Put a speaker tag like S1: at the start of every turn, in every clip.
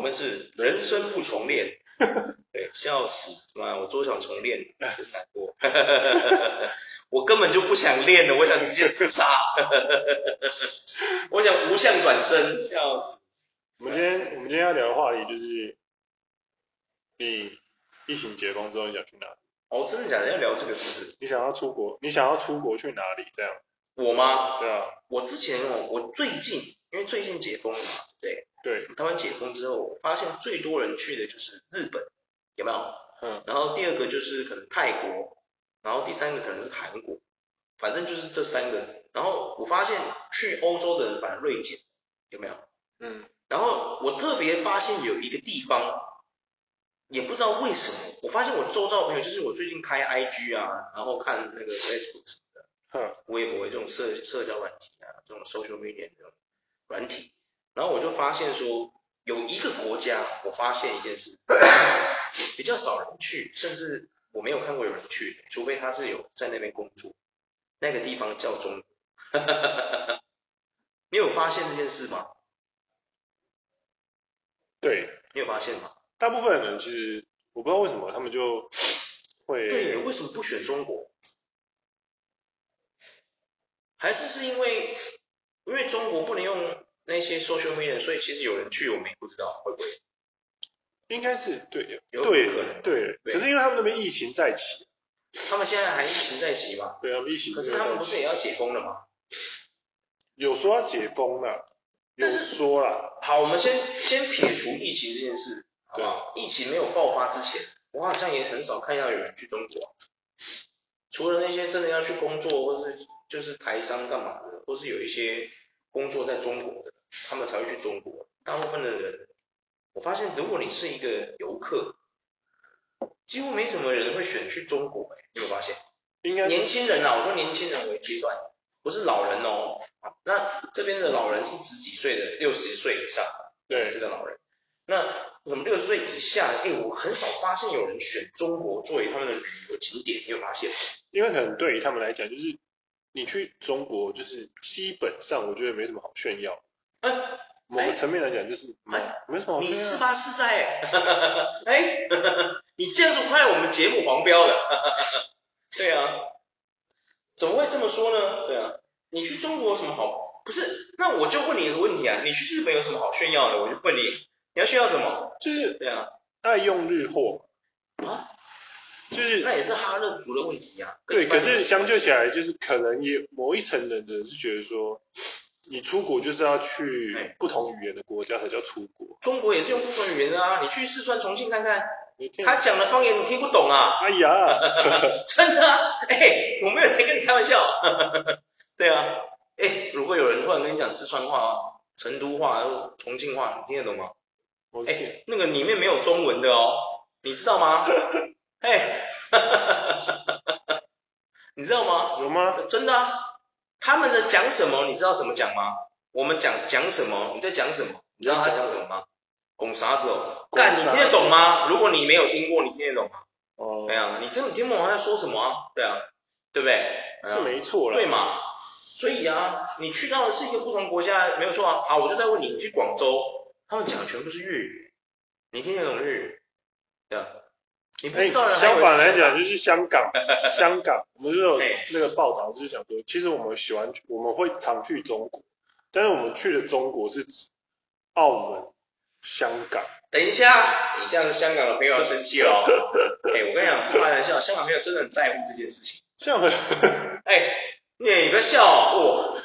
S1: 文字，人生不重练。 对，笑死，妈，我多想重练， 真难过。我根本就不想练了，我想直接自杀， 我想无相转身，笑死。
S2: 我们今天我们今天要聊的话题就是，你疫情解封之后你想去哪里？
S1: 哦，真的假的？要聊这个是不是？
S2: 你想要出国？你想要出国去哪里？这样，
S1: 我吗？
S2: 对啊，
S1: 我之前哦，我最近，因为最近解封了嘛，对，
S2: 对，
S1: 台湾解封之后，我发现最多人去的就是日本，有没有？
S2: 嗯，
S1: 然后第二个就是可能泰国，然后第三个可能是韩国，反正就是这三个。然后我发现去欧洲的人反而锐减，有没有？
S2: 嗯，
S1: 然后我特别发现有一个地方，也不知道为什么，我发现我周遭的朋友，就是我最近开 IG 啊，然后看那个 Facebook 什么的
S2: 哼，
S1: 微博这种社社交软体啊，这种 social media 这种软体，然后我就发现说，有一个国家，我发现一件事， 比较少人去，甚至我没有看过有人去，除非他是有在那边工作，那个地方叫中国。 你有发现这件事吗？
S2: 对，
S1: 你有发现吗？
S2: 大部分人其实我不知道为什么他们就
S1: 对耶，
S2: 会，
S1: 为什么不选中国？还是是因为因为中国不能用那些 social media，所以其实有人去我们也不知道会不会。
S2: 应该是对，
S1: 有可能
S2: 对，对，
S1: 对
S2: 可是因为他们那边疫情在起，
S1: 他们现在还疫情在起嘛？
S2: 对，他们疫情
S1: 可
S2: 在
S1: 是他们不
S2: 起，
S1: 是也要解封了吗？
S2: 有说要解封了，有
S1: 但是
S2: 说啦，
S1: 好，我们先先撇除疫情这件事，好不好？疫情没有爆发之前，我好像也很少看到有人去中国，啊除了那些真的要去工作，或是就是台商干嘛的，或是有一些工作在中国的，他们才会去中国。啊大部分的人，我发现如果你是一个游客，几乎没什么人会选去中国、欸，你有没有发现？
S2: 应该
S1: 年轻人啊，我说年轻人为阶段，不是老人哦。那这边的老人是指几岁的？六十岁以上。
S2: 对
S1: 这的老人。那怎么六十岁以下？哎、我很少发现有人选中国作为他们的旅游景点，你有发现吗？
S2: 因为可能对于他们来讲，就是你去中国，就是基本上我觉得没什么好炫耀。
S1: 哎
S2: 某个层面来讲，就是没
S1: 哎
S2: 没什么好
S1: 你
S2: 炫
S1: 是
S2: 耀。啊
S1: 发是在、 哎、 你这样子害我们节目黄标了。 对啊，怎么会这么说呢？对啊，你去中国有什么好？不是，那我就问你一个问题啊，你去日本有什么好炫耀的？我就问你，你要炫耀什么？
S2: 就是
S1: 对啊，
S2: 爱用日货，
S1: 啊，
S2: 就是
S1: 那也是哈勒族的问题呀、啊。跟
S2: 对，
S1: 一般
S2: 可
S1: 人
S2: 是相较起来，就是可能也某一层人的人是觉得说，你出国就是要去
S1: 哎
S2: 不同语言的国家才叫出国。
S1: 中国也是用不同语言的啊，你去四川、重庆看看，
S2: 你听，
S1: 嗯他讲的方言你听不懂啊，
S2: 哎呀，
S1: 真的、啊， 哎、我没有在跟你开玩笑， 对啊，哎、如果有人突然跟你讲四川话、啊成都话、重庆话，你听得懂吗？
S2: 我
S1: 哎、
S2: 是听
S1: 那个里面没有中文的哦，你知 道吗？哎、 你知道吗？
S2: 有吗？
S1: 真的、啊，他们的讲什么，你知道怎么讲吗？我们讲讲什么，你在讲什么？你知道他讲什么吗？拱啥子哦？
S2: 拱
S1: 干，
S2: 啥
S1: 你
S2: 子
S1: 听得懂吗？如果你没有听过，你听得懂吗？
S2: 哦
S1: 对，啊，你根本听不懂他在说什么啊，对啊，对不对？
S2: 是
S1: 哎呀
S2: 没错啦。
S1: 对嘛？所以啊，你去到的是一个不同国家，没有错啊。啊，我就在问你，你去广州，他们讲的全部是粤语，你听得懂粤语？对啊，你不
S2: 哎，
S1: 知道的还以
S2: 相
S1: 为
S2: 反来
S1: 是
S2: 讲，就是香港， 香港，我们就有
S1: 哎
S2: 那个报道，就是讲说，其实我们喜欢去，我们会常去中国，但是我们去的中国是指澳门、香港，
S1: 等一下，你这样香港的朋友要生气了哦。哎、我跟你讲，不开玩笑，香港朋友真的很在乎这件事情。
S2: 像很
S1: 哎、你也不要笑哦，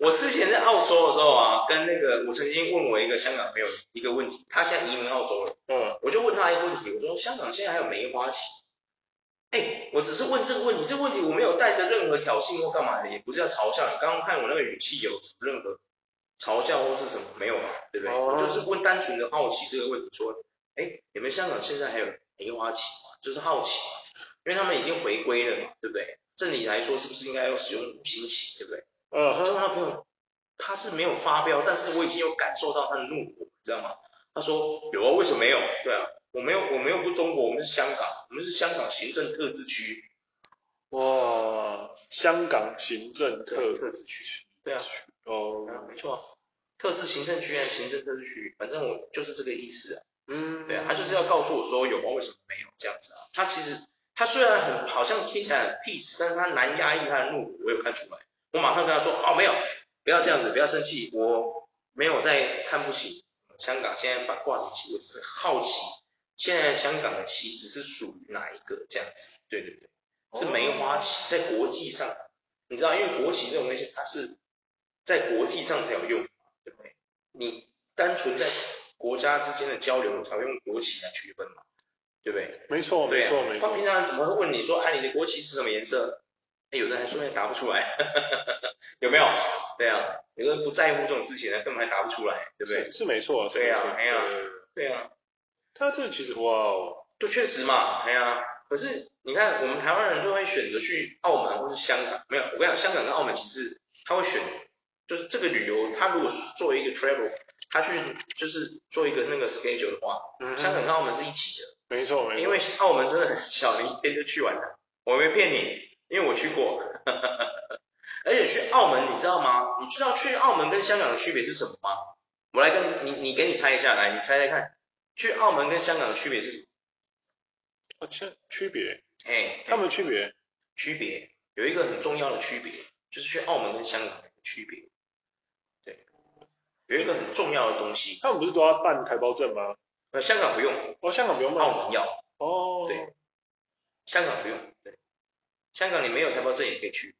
S1: 我我之前在澳洲的时候啊，跟那个我曾经问我一个香港朋友一个问题，他现在移民澳洲了，
S2: 嗯，
S1: 我就问他一个问题，我说香港现在还有梅花旗？哎、我只是问这个问题，这个问题我没有带着任何挑衅或干嘛的，也不是要嘲笑你。刚刚看我那个语气有任何嘲笑或是什么没有吧？对不对？
S2: 哦
S1: 我就是问单纯的好奇这个问题，说，哎、你们香港现在还有梅花旗吗？就是好奇嘛，因为他们已经回归了嘛，对不对？正理来说是不是应该要使用五星旗，对不对？
S2: 呃，
S1: 中
S2: 哼
S1: 国的朋友他是没有发飙，但是我已经有感受到他的怒火，你知道吗？他说有啊，为什么没有？对啊，我没有，我们又不中国，我们是香港，我们是香港行政特治区，
S2: 哇，香港行政特
S1: 特治区，对啊，嗯
S2: 哦，
S1: 啊没错啊，各自行政区按行政特区区域，反正我就是这个意思啊。
S2: 嗯，
S1: 对啊，他就是要告诉我说有啊，为什么没有这样子啊？他其实他虽然很好像听起来很 peace，但是他难压抑他的怒火，我有看出来。我马上跟他说哦，没有，不要这样子，不要生气，我没有在看不起香港现在把挂什么旗，我只是好奇现在香港的旗子是属于哪一个这样子？对对对，是梅花旗，在国际上，你知道，因为国旗这种东西它是在国际上才有用，对不对？你单纯在国家之间的交流，才会用国旗来区分嘛，对不对？
S2: 没错
S1: 对
S2: 没
S1: 啊
S2: 错没
S1: 他
S2: 错
S1: 平，常人怎么会问你说，哎、你的国旗是什么颜色？哎，有的人还说还答不出来， 有没有？对啊，有的人不在乎这种事情，他根本还答不出来，对不对？
S2: 是是没错，是
S1: 对啊
S2: 没错
S1: 哎呀
S2: 对
S1: 对啊，
S2: 他这其实哇哦，
S1: 就确实嘛，哎呀、可是你看，我们台湾人就会选择去澳门或是香港，没有，我跟你讲，香港跟澳门其实他会选，就是这个旅游，他如果是作为一个 travel，他去就是做一个那个 schedule 的话，
S2: 嗯
S1: 香港跟澳门是一起的，
S2: 没错没
S1: 因
S2: 错，
S1: 为澳门真的很小，你一天就去完了，我没骗你，因为我去过， 而且去澳门你知道吗？你知道去澳门跟香港的区别是什么吗？我来跟你，你给你猜一下，来，你猜猜看，去澳门跟香港的区别是什么？
S2: 啊这区别，
S1: 哎、
S2: 他们区别，
S1: 区别，有一个很重要的区别，就是去澳门跟香港的区别。对，有一个很重要的东西，
S2: 他们不是都要办台胞证吗？
S1: 呃，香港不用，
S2: 哦，香港不用
S1: 澳
S2: 办，
S1: 门要，
S2: 哦，
S1: 对，香港不用，对，香港你没有台胞证也可以去，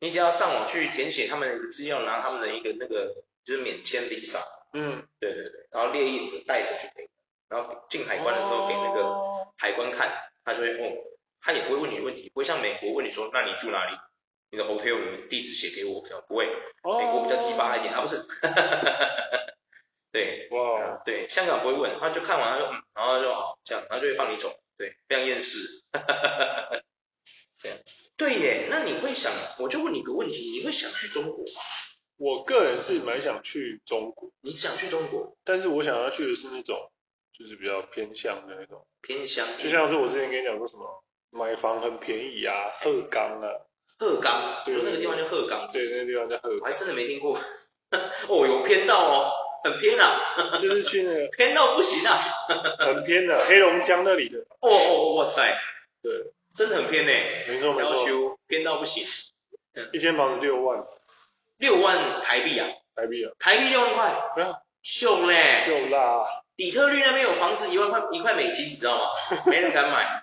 S1: 你只要上网去填写他们的一个资料，拿他们的一个那个就是免签 visa，
S2: 嗯，
S1: 对对对，然后列印着带着就可以，然后进海关的时候给那个
S2: 哦
S1: 海关看，他就会哦，他也不会问你问题，不会像美国问你说那你住哪里，你的 hotel 地址写给我，这样不会，美国比较鸡巴一点啊，不是， 对
S2: 哇哦，
S1: 对，香港不会问，他就看完他就嗯，然后就好这样，然后就会放你走，对，非常厌世， 对对耶，那你会想，我就问你个问题，你会想去中国吗？
S2: 我个人是蛮想去中国，
S1: 你想去中国
S2: 但是我想要去的是那种就是比较偏向的那种，
S1: 偏乡，
S2: 就像是我之前跟你讲说什么买房很便宜啊，鹤岗啊，
S1: 鹤岗，
S2: 对
S1: 就那个地方叫鹤岗，
S2: 对，那个地方叫鹤
S1: 我还真的没听过， 哦，有偏到哦，很偏啊，
S2: 岗，就是去那个
S1: 偏到不行啊，
S2: 很偏的黑龙江那里的，
S1: 哦哦，哇塞，
S2: 对，
S1: 真的很偏呢，
S2: 没错没
S1: 要
S2: 错，
S1: 求偏到不行，
S2: 一间房子六万
S1: 六万台币啊，
S2: 台币啊，
S1: 台币六万块。
S2: 不要
S1: 秀嘞！
S2: 秀啦，
S1: 底特律那边有房子一万块一块美金，你知道吗？没人敢买，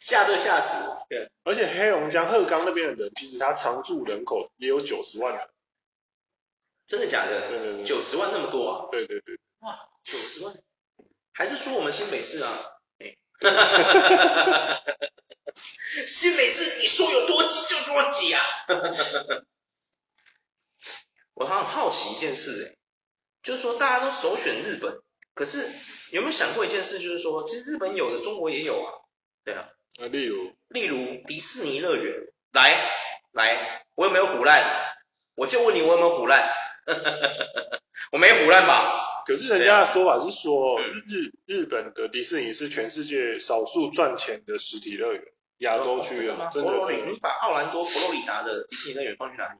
S1: 吓都吓死。
S2: 对，而且黑龙江鹤岗那边的人，其实他常住人口也有九十万人，
S1: 真的假
S2: 对
S1: 的？
S2: 对对，
S1: 九十万那么多啊？
S2: 对对对，
S1: 哇，九十万，还是说我们新北市啊？哎 新北市，你说有多挤就多挤啊！ 我很好奇一件事、哎，就是说大家都首选日本，可是有没有想过一件事，就是说，其实日本有的，中国也有啊，对啊。
S2: 啊，例如
S1: 例如迪士尼乐园，来来，我有没有胡乱？我就问你，我有没有胡乱？ 我没胡乱吧？
S2: 可是人
S1: 啊
S2: 家的说法是说，日日本的迪士尼是全世界少数赚钱的实体乐园，亚洲区
S1: 哦吗
S2: 啊，？真
S1: 佛
S2: 的
S1: 罗
S2: 真
S1: 里，
S2: 的
S1: 你把奥兰多佛罗里达的迪士尼乐园放去哪里？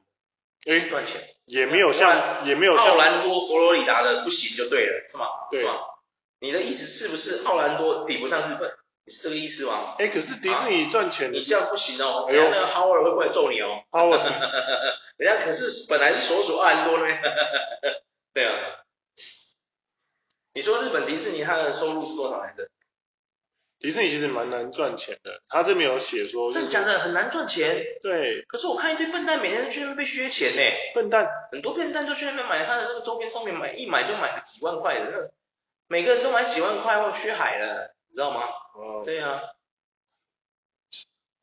S2: 哎
S1: 赚钱。
S2: 也没有像也没有
S1: 奥
S2: 像
S1: 兰多佛罗里达的不行就对了，是吗？
S2: 对
S1: 是吗？你的意思是不是奥兰多比不上日本？你是这个意思吗？
S2: 哎，可是迪士尼赚钱
S1: 啊你这样不行哦，
S2: 哎呦
S1: 人家那个 Howard 会过来揍你哦。
S2: 啊，我
S1: 人家可是本来是所属奥兰多的， 对啊。你说日本迪士尼它的收入是多少来着？
S2: 迪士尼其实蛮难赚钱的，他这边有写说，
S1: 这样讲的很难赚钱，
S2: 对，
S1: 可是我看一堆笨蛋每天都去那边被削钱呢，
S2: 笨蛋，
S1: 很多笨蛋都去那边买他的那个周边商品，买一买就买个几万块的，那每个人都买几万块或缺海了，你知道吗？
S2: 哦，
S1: 对啊，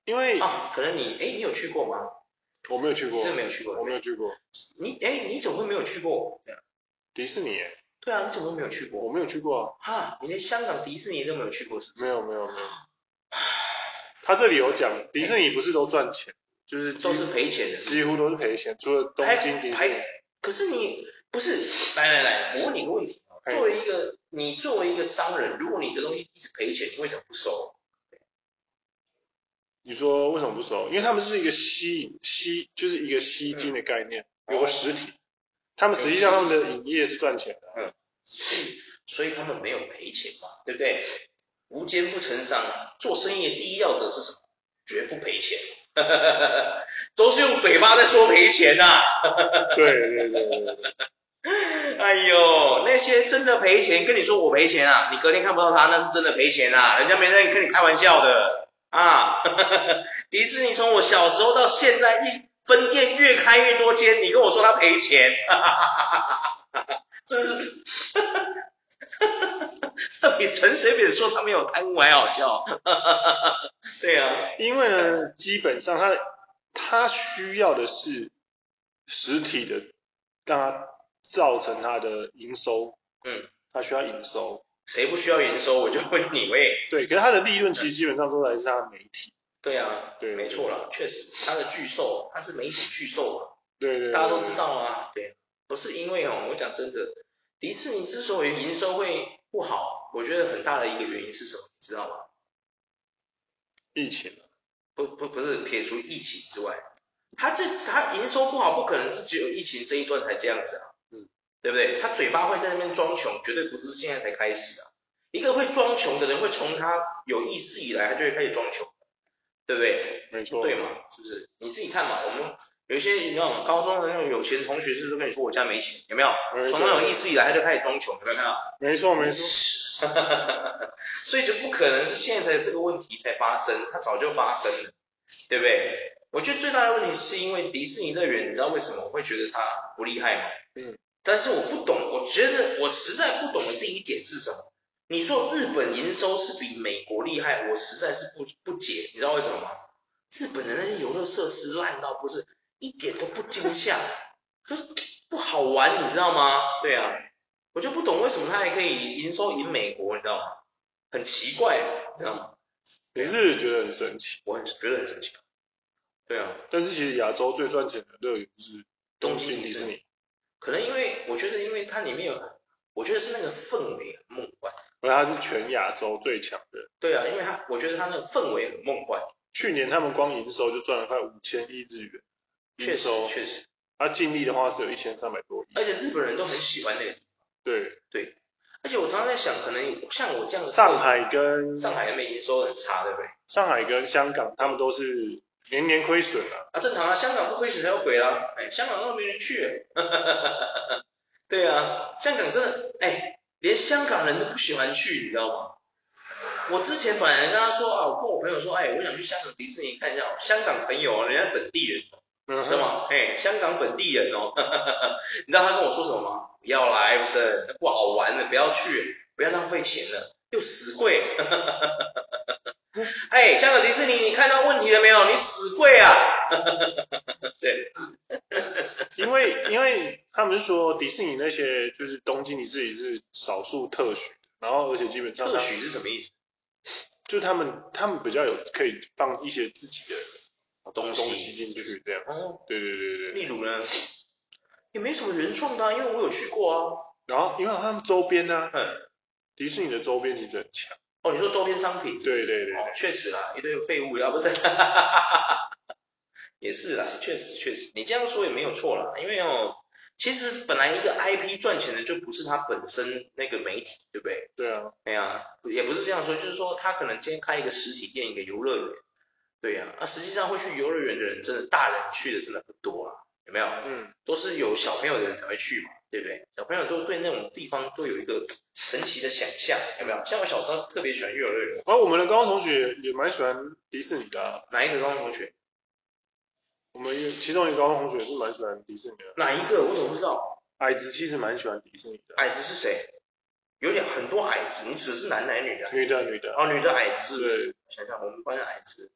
S2: 因为
S1: 啊，可能你哎你有去过吗？
S2: 我没有去过
S1: 你，是没有去过
S2: 我
S1: 的，
S2: 没有去过
S1: 你哎你怎么会没有去过？对啊
S2: 迪士尼，哎
S1: 对啊，你怎么会没有去过？
S2: 我没有去过啊，
S1: 哈，你连香港迪士尼都没有去过是不是？
S2: 没有没有没有，他这里有讲，迪士尼不是都赚钱，就是几
S1: 都是赔钱的，
S2: 几乎都是赔钱，除了东
S1: 还
S2: 京迪士
S1: 还
S2: 尼，
S1: 可是你不是，来来来，我问你个问题啊，
S2: 哎
S1: 作为一个你作为一个商人，如果你的东西一直赔钱，你为什么不收？
S2: 你说为什么不收？因为他们是一个吸引吸，就是一个吸金的概念，
S1: 嗯
S2: 有个实体，他们实际上他们的影业是赚钱的啊，
S1: 所以他们没有赔钱嘛，对不对？无奸不成商啊，做生意的第一要则是什么？绝不赔钱， 都是用嘴巴在说赔钱啊呐、哦
S2: 对对对对对，
S1: 哎呦，那些真的赔钱，跟你说我赔钱啊，你隔天看不到他，那是真的赔钱啊，人家没在跟你开玩笑的啊。 迪士尼从我小时候到现在，一分店越开越多间，你跟我说他赔钱， 真是， 那比陈水扁说他没有贪污还好笑。 对啊，
S2: 因为呢，基本上他他需要的是实体的，让他造成他的营收，
S1: 嗯，
S2: 他需要营收，
S1: 谁不需要营收，我就问你喂。
S2: 对，可是他的利润其实基本上都来自他的媒体，
S1: 对啊，
S2: 对
S1: 没错啦，确实，他的巨兽，他是媒体巨兽嘛。
S2: 对对，对
S1: 大家都知，道啊，对，不是因为哦，我讲真的，迪士尼之所以营收会不好，我觉得很大的一个原因是什么，你知道吗？
S2: 疫情啊
S1: 不不不是撇除疫情之外，他这他营收不好，不可能是只有疫情这一段才这样子啊，
S2: 嗯，
S1: 对不对？他嘴巴会在那边装穷，绝对不是现在才开始啊。一个会装穷的人，会从他有意识以来，他就会开始装穷，对不对？
S2: 没错，
S1: 对嘛？是不是？你自己看嘛，我们有一些你知道吗？高中的那种有钱同学，是不是跟你说我家没钱？有没有？
S2: 对
S1: 从那种意识以来，他就开始装穷，有没有看到？
S2: 没错没错，
S1: 所以就不可能是现在这个问题才发生，它早就发生了，对不对？我觉得最大的问题是因为迪士尼乐园，你知道为什么我会觉得它不厉害吗？
S2: 嗯。
S1: 但是我不懂，我觉得我实在不懂的第一点是什么？你说日本营收是比美国厉害，我实在是不不解，你知道为什么吗？日本的那些游乐设施烂到不是一点都不惊吓，就是不好玩，你知道吗？对啊，我就不懂为什么它还可以营收赢美国，你知道吗？很奇怪，你知道吗？
S2: 你是不是觉得很神奇？
S1: 我很觉得很神奇。对啊，
S2: 但是其实亚洲最赚钱的乐园是
S1: 东
S2: 东
S1: 京
S2: 京
S1: 迪
S2: 迪
S1: 士
S2: 士
S1: 尼
S2: 尼。
S1: 可能因为我觉得，因为它里面有，我觉得是那个氛围很梦幻。
S2: 而它是全亚洲最强的。
S1: 对啊，因为它我觉得它那个氛围很梦幻，
S2: 去年他们光营收就赚了快五千亿日元，
S1: 确
S2: 营
S1: 实
S2: 收。
S1: 确实，
S2: 它净利的话是有一千三百多亿。
S1: 而且日本人都很喜欢那个。
S2: 对，
S1: 而且我常常在想，可能像我这样的
S2: 上海跟
S1: 上海那边营收很差，对不对？
S2: 上海跟香港他们都是年年亏损啊。
S1: 啊，正常啊，香港不亏钱才有鬼啦、哎，香港都没人去、 对啊，香港真的，哎，连香港人都不喜欢去，你知道吗？我之前本来跟他说啊，我跟我朋友说，哎，我想去香港迪士尼看一下，哦香港朋友，人家本地人，
S2: 嗯
S1: 知道
S2: 哼，
S1: 吗？哎，香港本地人哦， 你知道他跟我说什么吗？不要啦，艾弗森，那不好玩的，不要去，不要浪费钱了，又死贵。 哎，香港迪士尼，你看到问题了没有？你死贵啊！ 对，
S2: 因为因为他们是说迪士尼那些就是东京迪士尼是少数特许的，然后而且基本上
S1: 特
S2: 它
S1: 许是什么意思？
S2: 就他们他们比较有可以放一些自己的
S1: 哦东
S2: 东西进去这样子
S1: 哦。
S2: 对对对对对。
S1: 例如呢，也没什么原创的、啊，因为我有去过
S2: 然后因为他们周边呢、
S1: 啊。嗯，
S2: 迪士尼的周边其实很强。
S1: 哦，你说周边商品？
S2: 对对对
S1: 哦，确实啦，一堆废物，要不是， 也是啦，确实确实，你这样说也没有错啦，因为哦，其实本来一个 IP 赚钱的就不是它本身那个媒体，对不对？
S2: 对啊，
S1: 哎呀，也不是这样说，就是说他可能今天开一个实体店，一个游乐园，对呀、那、实际上会去游乐园的人，真的大人去的真的不多啊，有没有？
S2: 嗯，
S1: 都是有小朋友的人才会去嘛，对不对？小朋友都对那种地方都有一个神奇的想象，有没有？像我小时候特别喜欢去游乐园，
S2: 而我们的高中同学也蛮喜欢迪士尼的啊、
S1: 哪一个高中同学？
S2: 我们有其中一个高中同学是蛮喜欢迪士尼的，
S1: 哪一个？我怎么不知道？
S2: 矮子其实蛮喜欢迪士尼的，
S1: 矮子是谁？有点很多矮子，你指的是男男女的？
S2: 女的女的，
S1: 哦，女的矮子是不是？
S2: 对
S1: 想想我们班的矮子，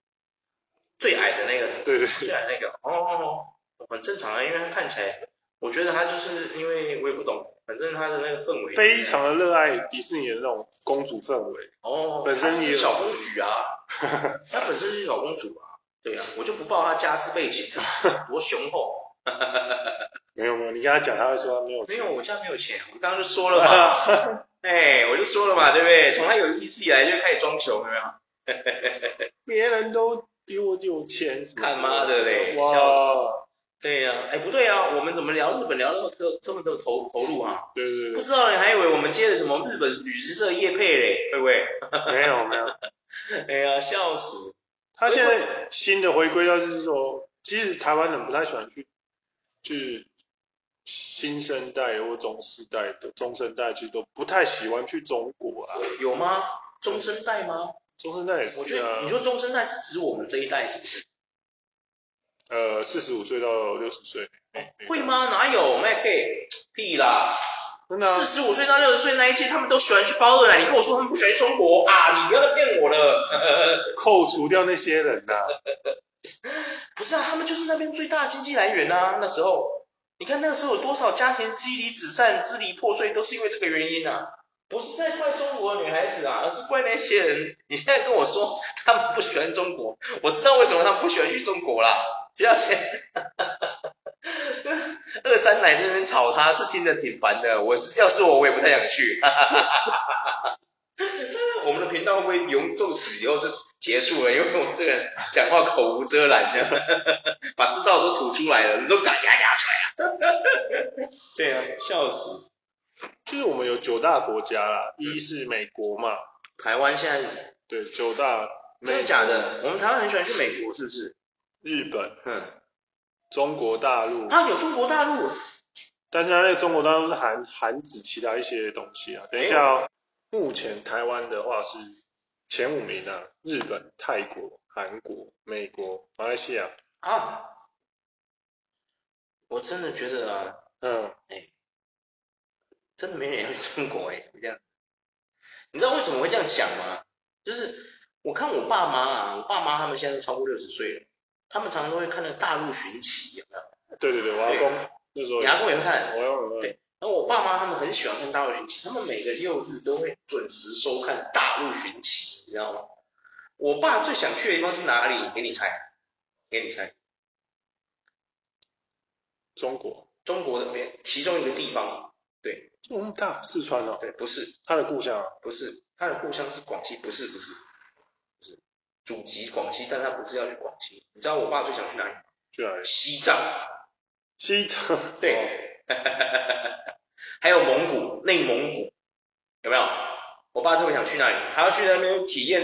S1: 最矮的那个，
S2: 对对，
S1: 最矮那个，哦，很正常啊，因为他看起来，我觉得他就是因为我也不懂，反正他的那个氛围
S2: 非常的热爱迪士尼的那种公主氛围，
S1: 哦，
S2: 本身
S1: 她
S2: 也
S1: 是
S2: 有
S1: 小公主啊，她本身就是小公主啊，对啊，我就不报她家世背景 了，多雄厚，
S2: 没有没有，你跟他讲，他会说他没有
S1: 没
S2: 钱，
S1: 有我家没有钱，我刚刚就说了嘛， 哎，我就说了嘛，对不对？从她有意识以来就开始装穷，有没有？
S2: 别人都比我有钱，什么
S1: 看妈的嘞
S2: 哇，
S1: 对呀、哎不对啊，我们怎么聊日本聊那么特这么的投投入啊？
S2: 对对
S1: 不
S2: 对
S1: 知道你还以为我们接了什么日本旅行社业配嘞，会不会？
S2: 对，没有没有。
S1: 哎呀，笑死！
S2: 他现在新的回归到就是说，其实台湾人不太喜欢去去新生代或中世代的中生代，其实都不太喜欢去中国啊。
S1: 有吗？中生代吗？
S2: 中生代也
S1: 我
S2: 是
S1: 觉得
S2: 啊
S1: 你，说中生代是指我们这一代是不是？
S2: 呃，四十五岁到六十岁，哎
S1: 会？吗？哪有？卖 gay 屁啦！
S2: 真的啊
S1: 四，十五岁到六十岁那一届，他们都喜欢去包二奶。你跟我说他们不喜欢中国啊？你不要再骗我了。
S2: 扣除掉那些人啊呐、
S1: 不是啊，他们就是那边最大的经济来源啊。那时候，你看那时候有多少家庭妻离子散、支离破碎，都是因为这个原因啊。不是在怪中国的女孩子啊，而是怪那些人。你现在跟我说他们不喜欢中国，我知道为什么他们不喜欢去中国啦。不要先，二三奶在那边吵他是听着挺烦的。我是要是我，我也不太想去。 我们的频道会不会由就此以后就结束了？因为我们这个人讲话口无遮拦的，把知道都吐出来了，你都敢压压出来啊？ 对啊，笑死！
S2: 就是我们有九大国家啦，一是美国嘛，
S1: 台湾现在
S2: 对，九大，美
S1: 真的假的？我们台湾很喜欢去美国，是不是？
S2: 日本、
S1: 嗯，
S2: 中国大陆，
S1: 啊，有中国大陆，
S2: 但是它那个中国大陆是含含指其他一些东西啊。等一下、哦，目前台湾的话是前五名啊，日本、泰国、韩国、美国、马来西亚，
S1: 啊，我真的觉得啊，
S2: 嗯，
S1: 真的没人要去中国哎、欸，怎么这样？你知道为什么会这样讲吗？就是我看我爸妈啊，我爸妈他们现在都超过六十岁了，他们常常都会看那个大陆寻奇，有没有？
S2: 对对对，我阿公那时候
S1: 你
S2: 也，
S1: 阿公也会看？
S2: 我要我
S1: 对然后我爸妈他们很喜欢看大陆寻奇，他们每个六日都会准时收看大陆寻奇，你知道吗？我爸最想去的地方是哪里？给你猜，给你猜，
S2: 中国，
S1: 中国的边其中一个地方，
S2: 中大四川哦，
S1: 对，不是，
S2: 他的故乡啊，
S1: 不是，他的故乡是广西，不是，不是，不是，祖籍广西，但他不是要去广西。你知道我爸最想去哪里吗？
S2: 去哪里？
S1: 西藏，
S2: 西藏，哦，
S1: 对， 还有蒙古，内蒙古，有没有？我爸特别想去那里，还要去那边体验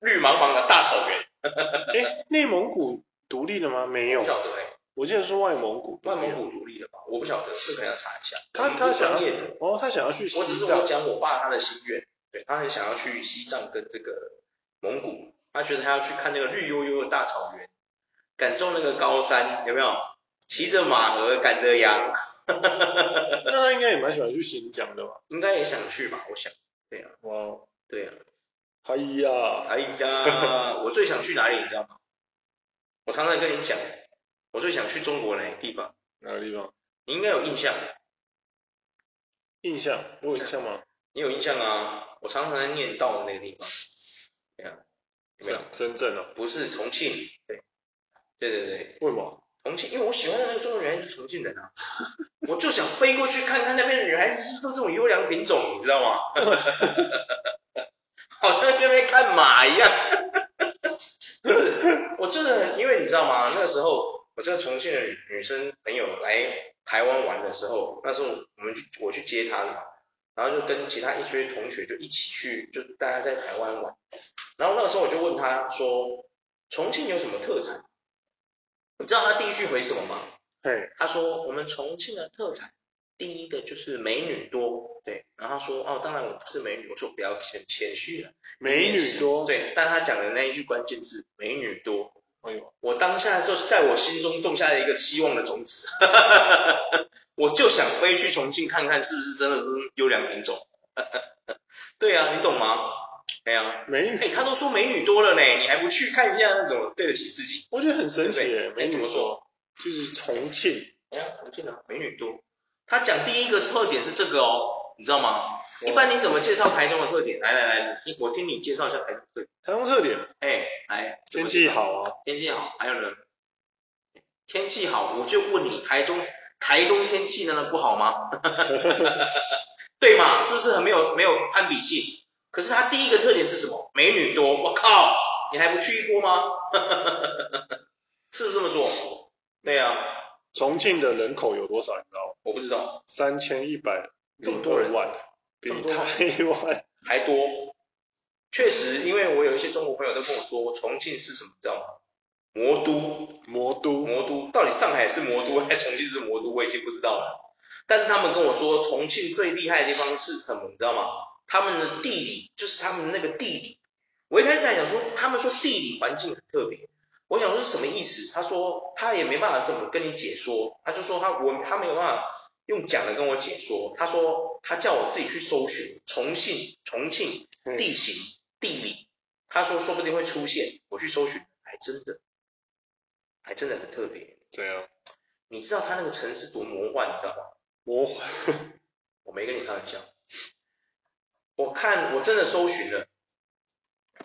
S1: 绿茫茫的大草原。
S2: 哎，内蒙古独立了吗？没有
S1: 不，晓得哎、
S2: 我记得欸是外蒙古，
S1: 外蒙。古独立了吧？我不晓得，这可能要查一下。
S2: 他
S1: 我们
S2: 他
S1: 不是
S2: 想
S1: 专业
S2: 要
S1: 的，
S2: 哦，他想要去
S1: 我只
S2: 西
S1: 是
S2: 藏
S1: 我，讲我爸他的心愿，对他很想要去西藏跟这个蒙古，他觉得他要去看那个绿油油的大草原，感受那个高山，有没有？骑着马儿，赶着羊，
S2: 那他应该也蛮喜欢去新疆的吧？
S1: 应该也想去吧？我想，
S2: 哇哦，
S1: 对啊。
S2: 哎呀，
S1: 哎呀，我最想去哪里，你知道吗？我常常跟你讲，我最想去中国哪个地方，
S2: 哪个地方？
S1: 你应该有印象，
S2: 印象？我有印象吗？
S1: 你有印象啊？我常常在念到的那个地方，对啊，有没有？
S2: 深圳哦？
S1: 不是重庆，对，对对对，
S2: 为什么？
S1: 重庆，因为我喜欢的那个中国女孩子是重庆人啊，我就想飞过去看看那边的女孩子是不是这种优良品种，你知道吗？ 好像在那边看马一样。不是，我真的很，因为你知道吗？那个时候我这个重庆的女女生朋友来台湾玩的时候，那时候我们去我去接她嘛，然后就跟其他一堆同学就一起去，就大家在台湾玩。然后那个时候我就问她说，重庆有什么特产？你知道她第一句回什么吗？
S2: 嘿，
S1: 他说我们重庆的特产，第一个就是美女多，对。然后他说哦，当然我不是美女，我说不要谦谦虚了，
S2: 美女多，，
S1: 对。但他讲的那一句关键字美女多，
S2: 哎呦，
S1: 我当下就是在我心中种下了一个希望的种子， 我就想飞去重庆看看是不是真的都是优良品种， 对啊，你懂吗？哎呀、
S2: 美女，
S1: 哎，他都说美女多了呢，你还不去看一下，那怎么对得起自己？
S2: 我觉得很神奇
S1: 对
S2: 耶
S1: 不，对
S2: 美
S1: 哎
S2: 女
S1: 怎么说？
S2: 就是重庆，
S1: 哎呀，重庆的美女多。他讲第一个特点是这个哦，你知道吗？一般你怎么介绍台中的特点？来来来，你听我听你介绍一下台中特点。
S2: 台湾特点
S1: 哎，来，
S2: 天气，好啊，
S1: 天气好，还有呢？天气好，我就问你，台中台中天气真的不好吗？ 对嘛，是不是很没有没有攀比性？可是他第一个特点是什么？美女多，我靠， 你还不去一波吗？是不是这么说？对啊，
S2: 重庆的人口有多少？你知道吗？
S1: 我不知道，
S2: 三千一百
S1: 这么多人
S2: 万，比
S1: 这么多
S2: 台湾
S1: 还多。确实，因为我有一些中国朋友都跟我说，重庆是什么，你知道吗？魔都，
S2: 魔都
S1: 魔都，到底上海是魔都还是重庆是魔都，我已经不知道了。但是他们跟我说，重庆最厉害的地方是什么，你知道吗？他们的地理，就是他们的那个地理。我一开始还想说，他们说地理环境很特别，我想说是什么意思？他说他也没办法怎么跟你解说，他就说他我他没有办法用讲的跟我解说。他说他叫我自己去搜寻重庆重庆地形地理，他说说不定会出现，我去搜寻，还真的，还真的很特别。
S2: 怎样？
S1: 你知道他那个城市多魔幻，你知道吗？
S2: 魔幻
S1: 我没跟你开玩笑。我看我真的搜寻了，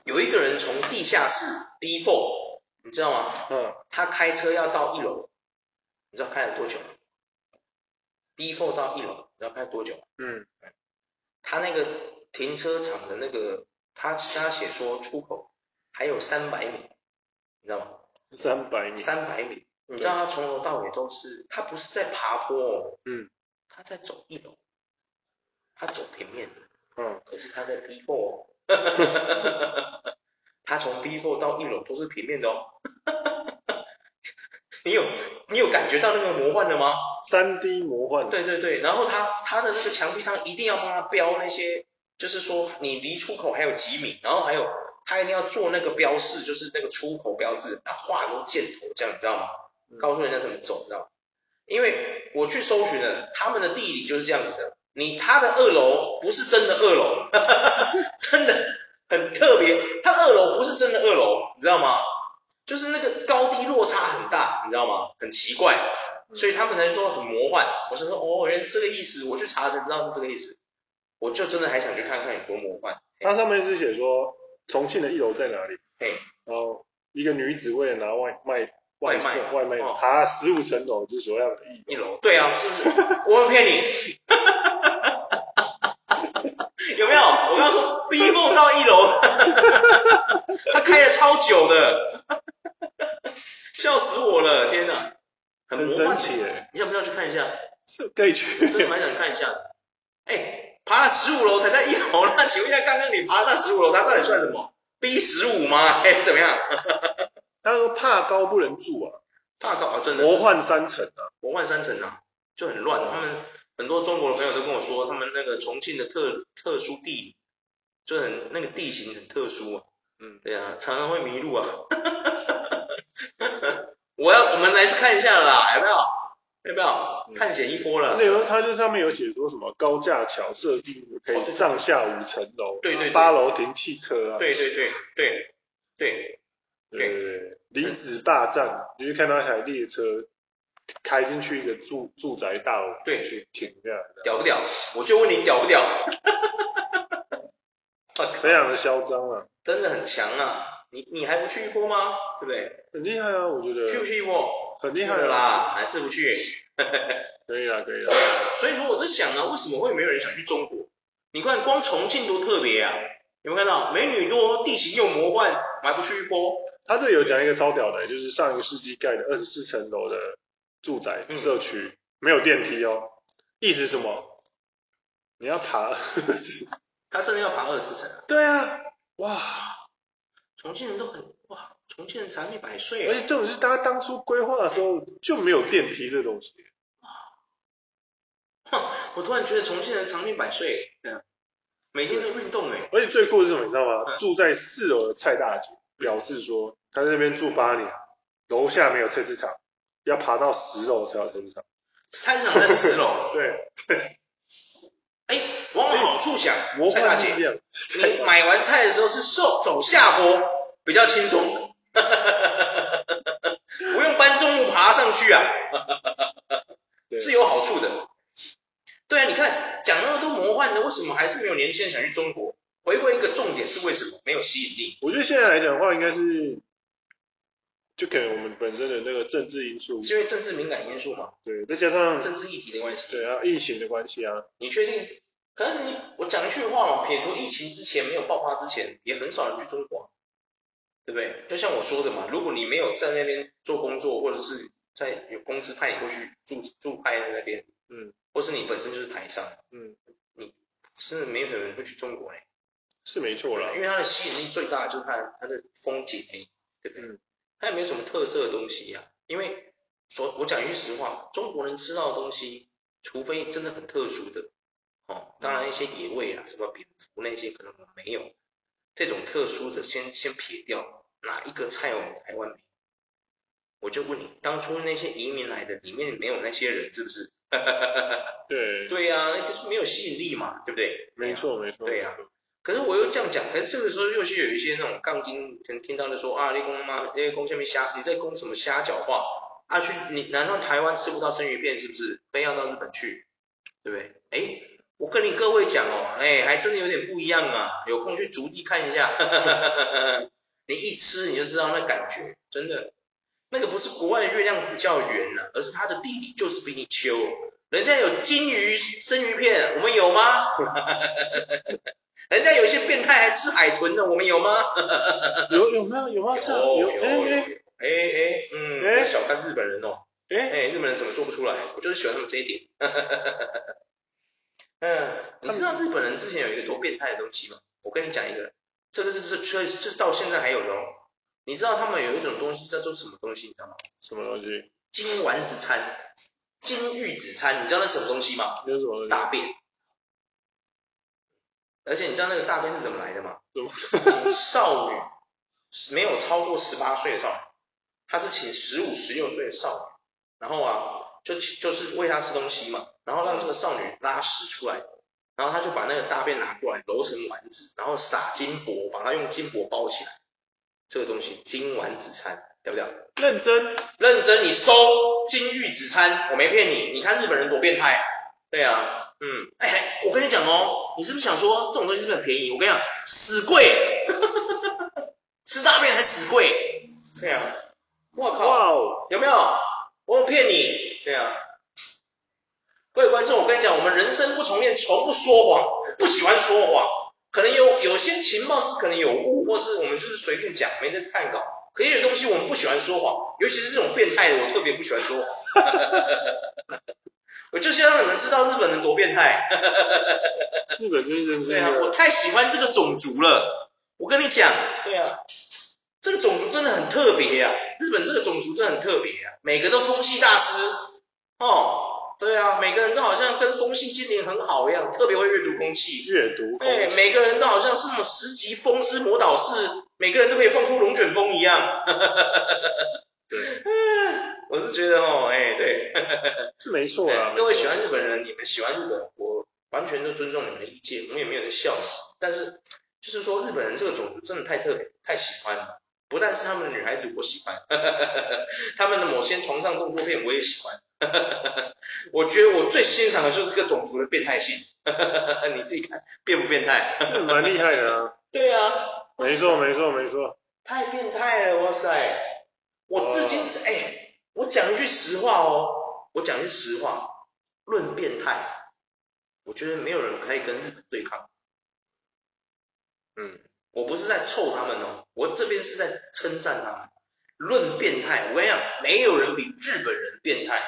S1: 有一个人从地下室 B four，你知道吗？
S2: 嗯，
S1: 他开车要到一楼，你知道开了多久吗？B four 到一楼，你知道开了多久吗？
S2: 嗯，
S1: 他那个停车场的那个，他他写说出口还有三百米，你知道吗？
S2: 三百米，
S1: 三百米，你知道他从头到尾都是，他不是在爬坡、哦，
S2: 嗯，
S1: 他在走一楼，他走平面的。
S2: 嗯，
S1: 可是他在 B four，他从 B four 到一楼都是平面的哦。 你有你有感觉到那个魔幻的吗？
S2: 三 D 魔幻，
S1: 对对对，然后他他的那个墙壁上一定要帮他标那些，就是说你离出口还有几米，然后还有他一定要做那个标示，就是那个出口标志，他画很多箭头这样，你知道吗？
S2: 嗯
S1: 告诉人家怎么走，你知道吗？因为我去搜寻了，他们的地理就是这样子的，你他的二楼不是真的二楼， 真的很特别，他二楼不是真的二楼，你知道吗？就是那个高低落差很大，你知道吗？很奇怪，所以他们才说很魔幻。我是说，哦，原来是这个意思，我去查才知道是这个意思。我就真的还想去看看有多魔幻。
S2: 它上面是写说重庆的一楼在哪里，
S1: 嘿，
S2: 然后一个女子为了拿外卖
S1: 外卖
S2: 送外卖
S1: 哦
S2: 爬十五层楼，就是所谓的
S1: 一
S2: 一楼，
S1: 楼，对啊，是不是？我没有骗你， 有没有？我刚说逼缝到一楼，他开了超久的，笑死我了，天哪，很
S2: 很
S1: 魔
S2: 神
S1: 幻
S2: 奇耶，
S1: 你要不要去看一下？
S2: 是可以
S1: 真的
S2: 去，
S1: 蛮想看一下的。哎、爬了十五楼才在一楼， 那请问一下，刚刚你爬那十五楼，它到底算什么？B 十五吗？ 哎、怎么样？
S2: 他说怕高不能住啊，
S1: 大高啊，真的
S2: 魔幻三层啊，
S1: 魔幻山城啊，就很乱。他们很多中国的朋友都跟我说，他们那个重庆的特特殊地理，就很那个地形很特殊啊。
S2: 嗯，
S1: 对啊，常常会迷路啊。 我要，我们来去看一下啦，有没有？有没有
S2: 嗯
S1: 探险一波了？
S2: 那个它就上面有写说什么高架桥设定可以上下五层楼，
S1: 哦对对对
S2: 八楼停汽车啊，
S1: 对对对对对，
S2: 对对对，离子大战，你就看到一台列车开进去一个住住宅大楼，
S1: 对
S2: 去停下来的，
S1: 屌不屌？我就问你屌不 屌？我靠
S2: 非常的嚣张啊，
S1: 真的很强啊！你你还不去一波吗？对不对？
S2: 很厉害啊，我觉
S1: 去不
S2: 得
S1: 去一波？
S2: 很厉害
S1: 去了
S2: 啊，
S1: 啦，还是不去？
S2: 可以啊，可以啊，
S1: 所以说我在想啊，为什么会没有人想去中国？你看光重庆多特别啊！有没有看到美女多，地形又魔幻，我还不去一波？
S2: 他这里有讲一个超屌的，欸就是上一个世纪盖的二十四层楼的住宅
S1: 嗯
S2: 社区、没有电梯哦，意思是什么？你要爬20
S1: 他真的要爬二十层啊！
S2: 对啊，哇！
S1: 重庆人都很哇，重庆人长命百
S2: 而
S1: 岁啊，
S2: 且重点是，大家当初规划的时候就没有电梯这东西，
S1: 我突然觉得重庆人长命百岁，对啊，每天都运动哎、
S2: 而且最酷的是什么，你知道吗？
S1: 嗯
S2: 住在四楼的蔡大姐表示说，她在那边住八年，楼下没有菜市场，要爬到十楼才有菜市场。
S1: 菜市场在十楼，
S2: 对，
S1: 哎，往好处想，
S2: 魔
S1: 蔡大
S2: 幻
S1: 姐
S2: 力，量。
S1: 你买完菜的时候是瘦走下坡，比较轻松， 不用搬重物爬上去啊，
S2: 对
S1: 是有好处的。对啊，你看讲那么多魔幻的，为什么还是没有年轻人想去中国？回归一个重点是为什么没有吸引力？
S2: 我觉得现在来讲的话，应该是，就可能我们本身的那个政治因素，
S1: 是因为政治敏感因素嘛，
S2: 对，再加上
S1: 政治议题的关系。
S2: 对啊疫情的关系啊，
S1: 你确定？可是你我讲一句话嘛，撇除疫情之前没有爆发之前，也很少人去中国啊，对不对？就像我说的嘛，如果你没有在那边做工作，或者是在有公司派你过去驻驻派在那边，
S2: 嗯，
S1: 或是你本身就是台商，
S2: 嗯，
S1: 是没有人会去中国嘞、
S2: 是没错啦
S1: 因。为它的吸引力最大的就是它的它的风景而已，对不对？
S2: 嗯
S1: 它也没有什么特色的东西呀、因为说我讲一句实话，中国人吃到的东西，除非真的很特殊的，哦，当然一些野味啊，什么蝙蝠那些可能我们没有，这种特殊的先先撇掉，哪一个菜我们台湾没有？我就问你，当初那些移民来的里面没有那些人，是不是？
S2: 对，
S1: 对啊呀、那就是没有吸引力嘛，对不对？
S2: 没错没错。
S1: 对
S2: 没
S1: 啊
S2: 错
S1: 可是我又这样讲，可是这个时候又是有一些那种杠精，可能听到就说啊，你公妈，你公下面虾，你在公什么虾饺话啊？去你难道台湾吃不到生鱼片是不是？非要到日本去，对不对？哎，我跟你各位讲哦，哎，还真的有点不一样啊，有空去竹地看一下， 你一吃你就知道那感觉，真的，那个不是国外的月亮比较圆啊呐、而是它的地理就是比你秋，哦人家有金鱼生鱼片，我们有吗？人家有一些变态还吃海豚的，我们有吗？呃
S2: 有有没有有没有这样有哎哎
S1: 哦哎哎，嗯，
S2: 哎
S1: 我小看日本人哦，哎、
S2: 哎，
S1: 日本人怎么做不出来？我就是喜欢他们这一点。 嗯，你知道日本人之前有一个多变态的东西吗？我跟你讲一个，这个是是确这到现在还有的哦。你知道他们有一种东西叫做什么东西？你知道吗？
S2: 什么东西？
S1: 金丸子餐、金玉子餐，你知道那是什么东西吗？
S2: 有什么东西？
S1: 大便。而且你知道那个大便是怎么来的吗？
S2: 怎么
S1: 请少女，没有超过十八岁的少女，他是请十五、十六岁的少女，然后啊，就就是喂她吃东西嘛，然后让这个少女拉屎出来，然后他就把那个大便拿过来揉成丸子，然后撒金箔，把它用金箔包起来，这个东西金丸子餐，要不要？
S2: 认真
S1: 认真，你收金玉子餐，我没骗你。你看日本人多变态，对啊，嗯，哎、我跟你讲哦，你是不是想说这种东西是不是很便宜？我跟你讲，死贵， 吃大便还死贵，对啊，我靠，
S2: 哇哦！
S1: 有没有？我有骗你，对啊。各位观众，我跟你讲，我们人生不重练，从不说谎，不喜欢说谎。可能有有些情报是可能有误，或是我们就是随便讲，没在看稿。可也有东西我们不喜欢说谎，尤其是这种变态的，我特别不喜欢说谎。 我就是要让你们知道日本人多变态。
S2: 日本就是认
S1: 对
S2: 真
S1: 啊，我
S2: 的，
S1: 太喜欢这个种族了。我跟你讲，对啊，这个种族真的很特别啊，日本这个种族真的很特别啊，每个都风系大师哦。对啊，每个人都好像跟风系精灵很好一样，特别会阅读空气。
S2: 阅读空
S1: 对，
S2: 气
S1: 哎每个人都好像是什么十级风之魔导士，每个人都可以放出龙卷风一 样。
S2: 对，
S1: 我是觉得哦，哎、对，哎
S2: 是没错啦。
S1: 各位喜欢日本人，你们喜欢日本，我完全都尊重你们的意见，我们也没有在笑你。但是就是说，日本人这个种族真的太特别，太喜欢了。不但是他们的女孩子我喜欢， 他们的某些床上动作片我也喜欢。 我觉得我最欣赏的就是这个种族的变态性， 你自己看变不变态？
S2: 这蛮厉害的 啊，
S1: 对啊，
S2: 没错没错没错，
S1: 太变态了，哇塞！我至今
S2: 哦
S1: 哎、我讲一句实话哦，我讲一句实话，论变态，我觉得没有人可以跟日本对抗。
S2: 嗯，
S1: 我不是在臭他们哦，我这边是在称赞他们。论变态，我跟你讲，没有人比日本人变态，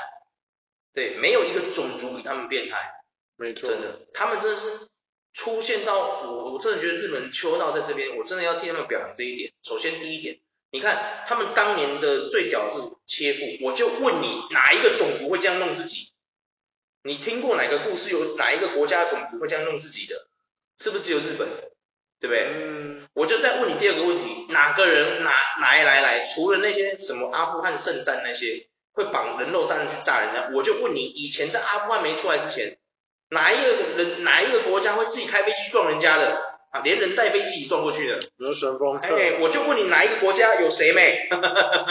S1: 对，没有一个种族比他们变态。
S2: 没错，
S1: 真的，他们真的是出现到我，我真的觉得日本人秋到在这边，我真的要替他们表扬这一点。首先第一点，你看他们当年的最屌的是什么切腹，我就问你，哪一个种族会这样弄自己？你听过哪个故事有哪一个国家的种族会这样弄自己的？是不是只有日本？对不对？
S2: 嗯，
S1: 我就再问你第二个问题，哪个人哪哪一来来，除了那些什么阿富汗圣战那些会绑人肉炸弹去炸人家，我就问你，以前在阿富汗没出来之前，哪一个人哪一个国家会自己开飞机撞人家的啊？连人带飞机一起撞过去的，
S2: 比如说神风
S1: 哎、
S2: 客，
S1: 我就问你哪一个国家有谁没？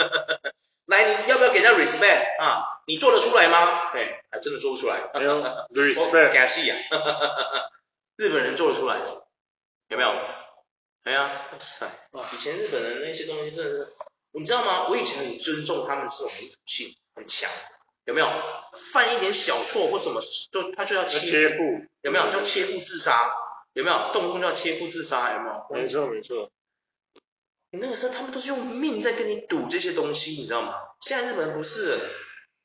S1: 来，你要不要给人家 respect 啊？你做得出来吗？对、还真的做不出来。
S2: 还有
S1: 呃我
S2: respect，
S1: 感谢啊， 日本人做得出来，有没有？哎呀，哇塞，以前日本人那些东西真的是，你知道吗？我以前很尊重他们这种民主性很强，有没有？犯一点小错或什么，就他就要
S2: 那
S1: 切，
S2: 切腹，
S1: 有没有？叫切腹自杀，有没有？动不动就要切腹自杀，有没有？
S2: 没错没错，
S1: 你那个时候他们都是用命在跟你赌这些东西，你知道吗？现在日本人不是，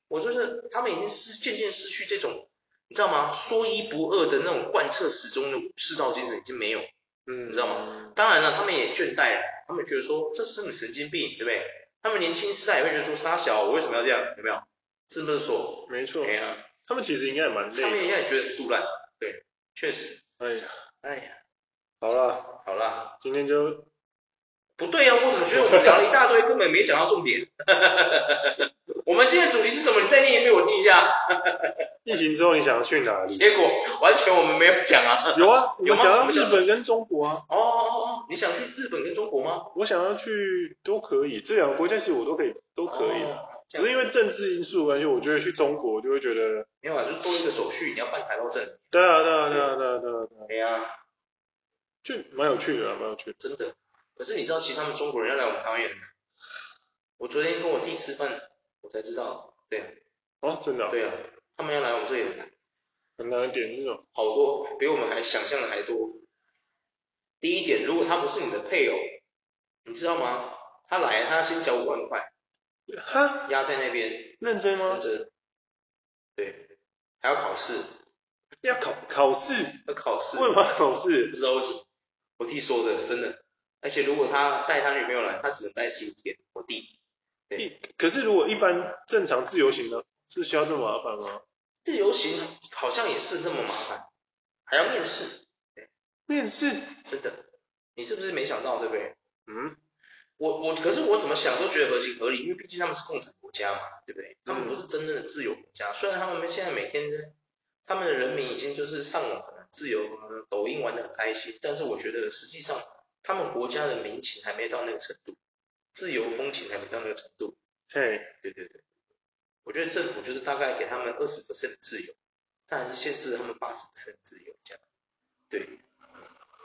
S1: 我就是他们已经失渐渐失去这种，你知道吗？说一不二的那种贯彻始终的武士道精神已经没有。
S2: 嗯，
S1: 你知道吗？当然了，他们也倦怠了，他们觉得说这是你神经病，对不对？他们年轻时代也会觉得说傻小，我为什么要这样？有没有？是不是说？
S2: 没错
S1: 哎，呀，
S2: 他们其实应该也蛮
S1: 他们
S2: 累的。
S1: 现在也觉得很杜烂，对，确实，
S2: 哎呀，
S1: 哎呀，
S2: 好了，
S1: 好啦，
S2: 今天就
S1: 不对啊，我怎么觉得我们聊了一大堆，根本没讲到重点？ 我们今天的主题是什么？你再念一遍我听一下。哎
S2: 疫情之后你想要去哪里？
S1: 结果完全我们没有讲啊。
S2: 有啊，我
S1: 有
S2: 们
S1: 吗
S2: 讲
S1: 我
S2: 到
S1: 们
S2: 日
S1: 讲
S2: 本跟中国啊，
S1: 哦哦哦，你想去日本跟中国吗？
S2: 我想要去都可以，这两个国家其实我都可以，都可以的。
S1: 哦
S2: 只是因为政治因素的关系，我觉得去中国我就会觉得，
S1: 没有啊，就是多一个手续，你要办台胞证。
S2: 对啊，对啊，对啊，对啊，对啊，对啊
S1: 哎呀，
S2: 就蛮有趣的啊，蛮有趣的。
S1: 真的。可是你知道，其实他们中国人要来我们台湾也很难。我昨天跟我弟吃饭，我才知道，对啊，
S2: 哦，真的啊，
S1: 对啊，他们要来我们这里很难。
S2: 很难点这种。
S1: 好多，比我们还想象的还多。第一点，如果他不是你的配偶，你知道吗？他来，他先缴五万块，
S2: 哈，
S1: 压在那边，
S2: 认真吗
S1: 跟？着，对，还要考试，
S2: 要考考试？
S1: 要考试，
S2: 为什么要考试
S1: 不？知道为什么。我弟说的，真的。而且如果他带他女朋友来，他只能带十五天。我弟
S2: 一可是如果一般正常自由行呢，是需要这么麻烦吗？
S1: 自由行好像也是那么麻烦，还要面试，
S2: 面试？
S1: 真的。你是不是没想到，对不对？
S2: 嗯，
S1: 我我可是我怎么想都觉得合情合理，因为毕竟他们是共产国家嘛，对不对？他们不是真正的自由国家，虽然他们现在每天在他们的人民已经就是上网很自由，呃抖音玩的很开心，但是我觉得实际上他们国家的民情还没到那个程度，自由风情还没到那个程度。
S2: 嘿，
S1: 对对对，我觉得政府就是大概给他们二十的自由，但还是限制他们八十自由这样。对，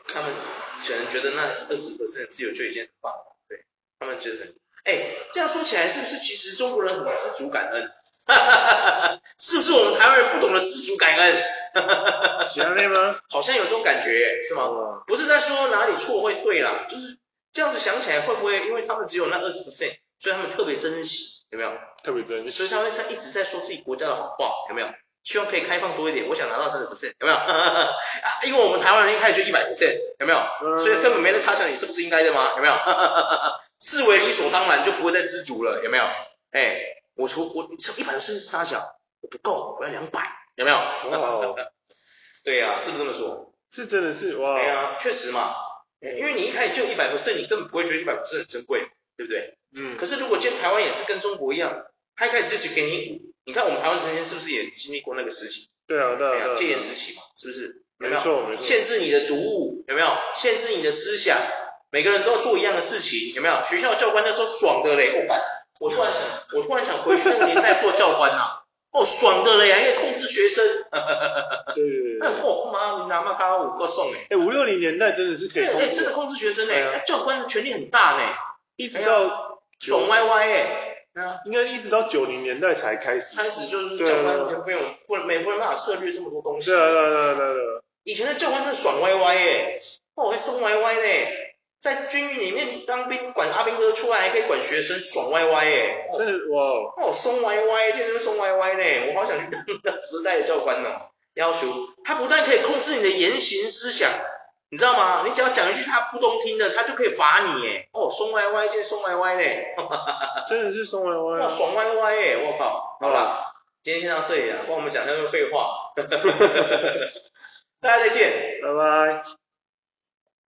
S1: 他们可能觉得那二十的自由就已经很棒了，对他们觉得很，哎，这样说起来是不是其实中国人很知足感恩？ 是不是我们台湾人不懂得知足感恩？
S2: 行啊了吗？
S1: 好像有这种感觉耶，是吗？
S2: 哇，
S1: 不是在说哪里错会对啦，就是这样子想起来会不会，因为他们只有那二十所以他们特别珍惜，有没有？
S2: 特别真
S1: 所以
S2: 实。
S1: 他会在一直在说自己国家的好话，有没有？希望可以开放多一点，我想拿到三十 percent，有没有？ 啊，因为我们台湾人一开始就一百 percent，有没有？
S2: 嗯
S1: 所以根本没在插想你这不是应该的吗？有没有？ 视为理所当然就不会再知足了，有没有？哎，我除我一百 percent 是沙小，我不够，我要两百，有没有？
S2: 哇哦，
S1: 对呀、是不是这么说？
S2: 是真的是哇
S1: 对，呀、确实嘛，因为你一开始就一百 percent，你根本不会觉得一百 percent 很珍贵，对不对？
S2: 嗯，
S1: 可是如果今天台湾也是跟中国一样，他一开始就只给你五，你看我们台湾曾经是不是也经历过那个时期？
S2: 对啊，对
S1: 哎
S2: 啊，
S1: 呀，
S2: 对
S1: 戒严
S2: 啊，
S1: 时期嘛，是不是？有
S2: 没
S1: 有？
S2: 错没错，
S1: 限制你的读物，有没有？限制你的思想，每个人都要做一样的事情，有没有？学校教官那时候爽的嘞，我、哦、干我突然想，我突然想回去那个年代做教官呐、 哦，爽的嘞，还可以控制学生，
S2: 对对对
S1: 那
S2: 对。
S1: 哦妈，你拿嘛他五个送哎，
S2: 哎，五六零年代真的是可以
S1: 哎、
S2: 通
S1: 哎真的
S2: 过，
S1: 控制学生哎、
S2: 对啊
S1: 教官的权力很大呢，
S2: 一直到
S1: 爽歪歪哎、啊。
S2: 应该一直到九零年代才开始。
S1: 开始就是教官就没有不能没不能办法涉猎这么多东西。
S2: 啊对啊，对啊，对啊，对啊对啊，
S1: 以前的教官真的爽歪歪耶，哦还松歪歪嘞，在军营里面当兵管阿兵哥出来还可以管学生，爽歪歪耶。哦
S2: 真的哇哦，
S1: 哦，松歪歪，天天松歪歪嘞，我好想去当那时代的教官哦。要求他不但可以控制你的言行思想，你知道吗？你只要讲一句他不中听的，他就可以罚你耶。哦，松歪歪，天天松歪歪嘞。
S2: 真的是松歪歪
S1: 哇，
S2: 啊。
S1: 爽歪歪耶！我靠，好啦，今天先到啊 这里了，帮我们讲太多废话，大家再见。
S2: 拜拜。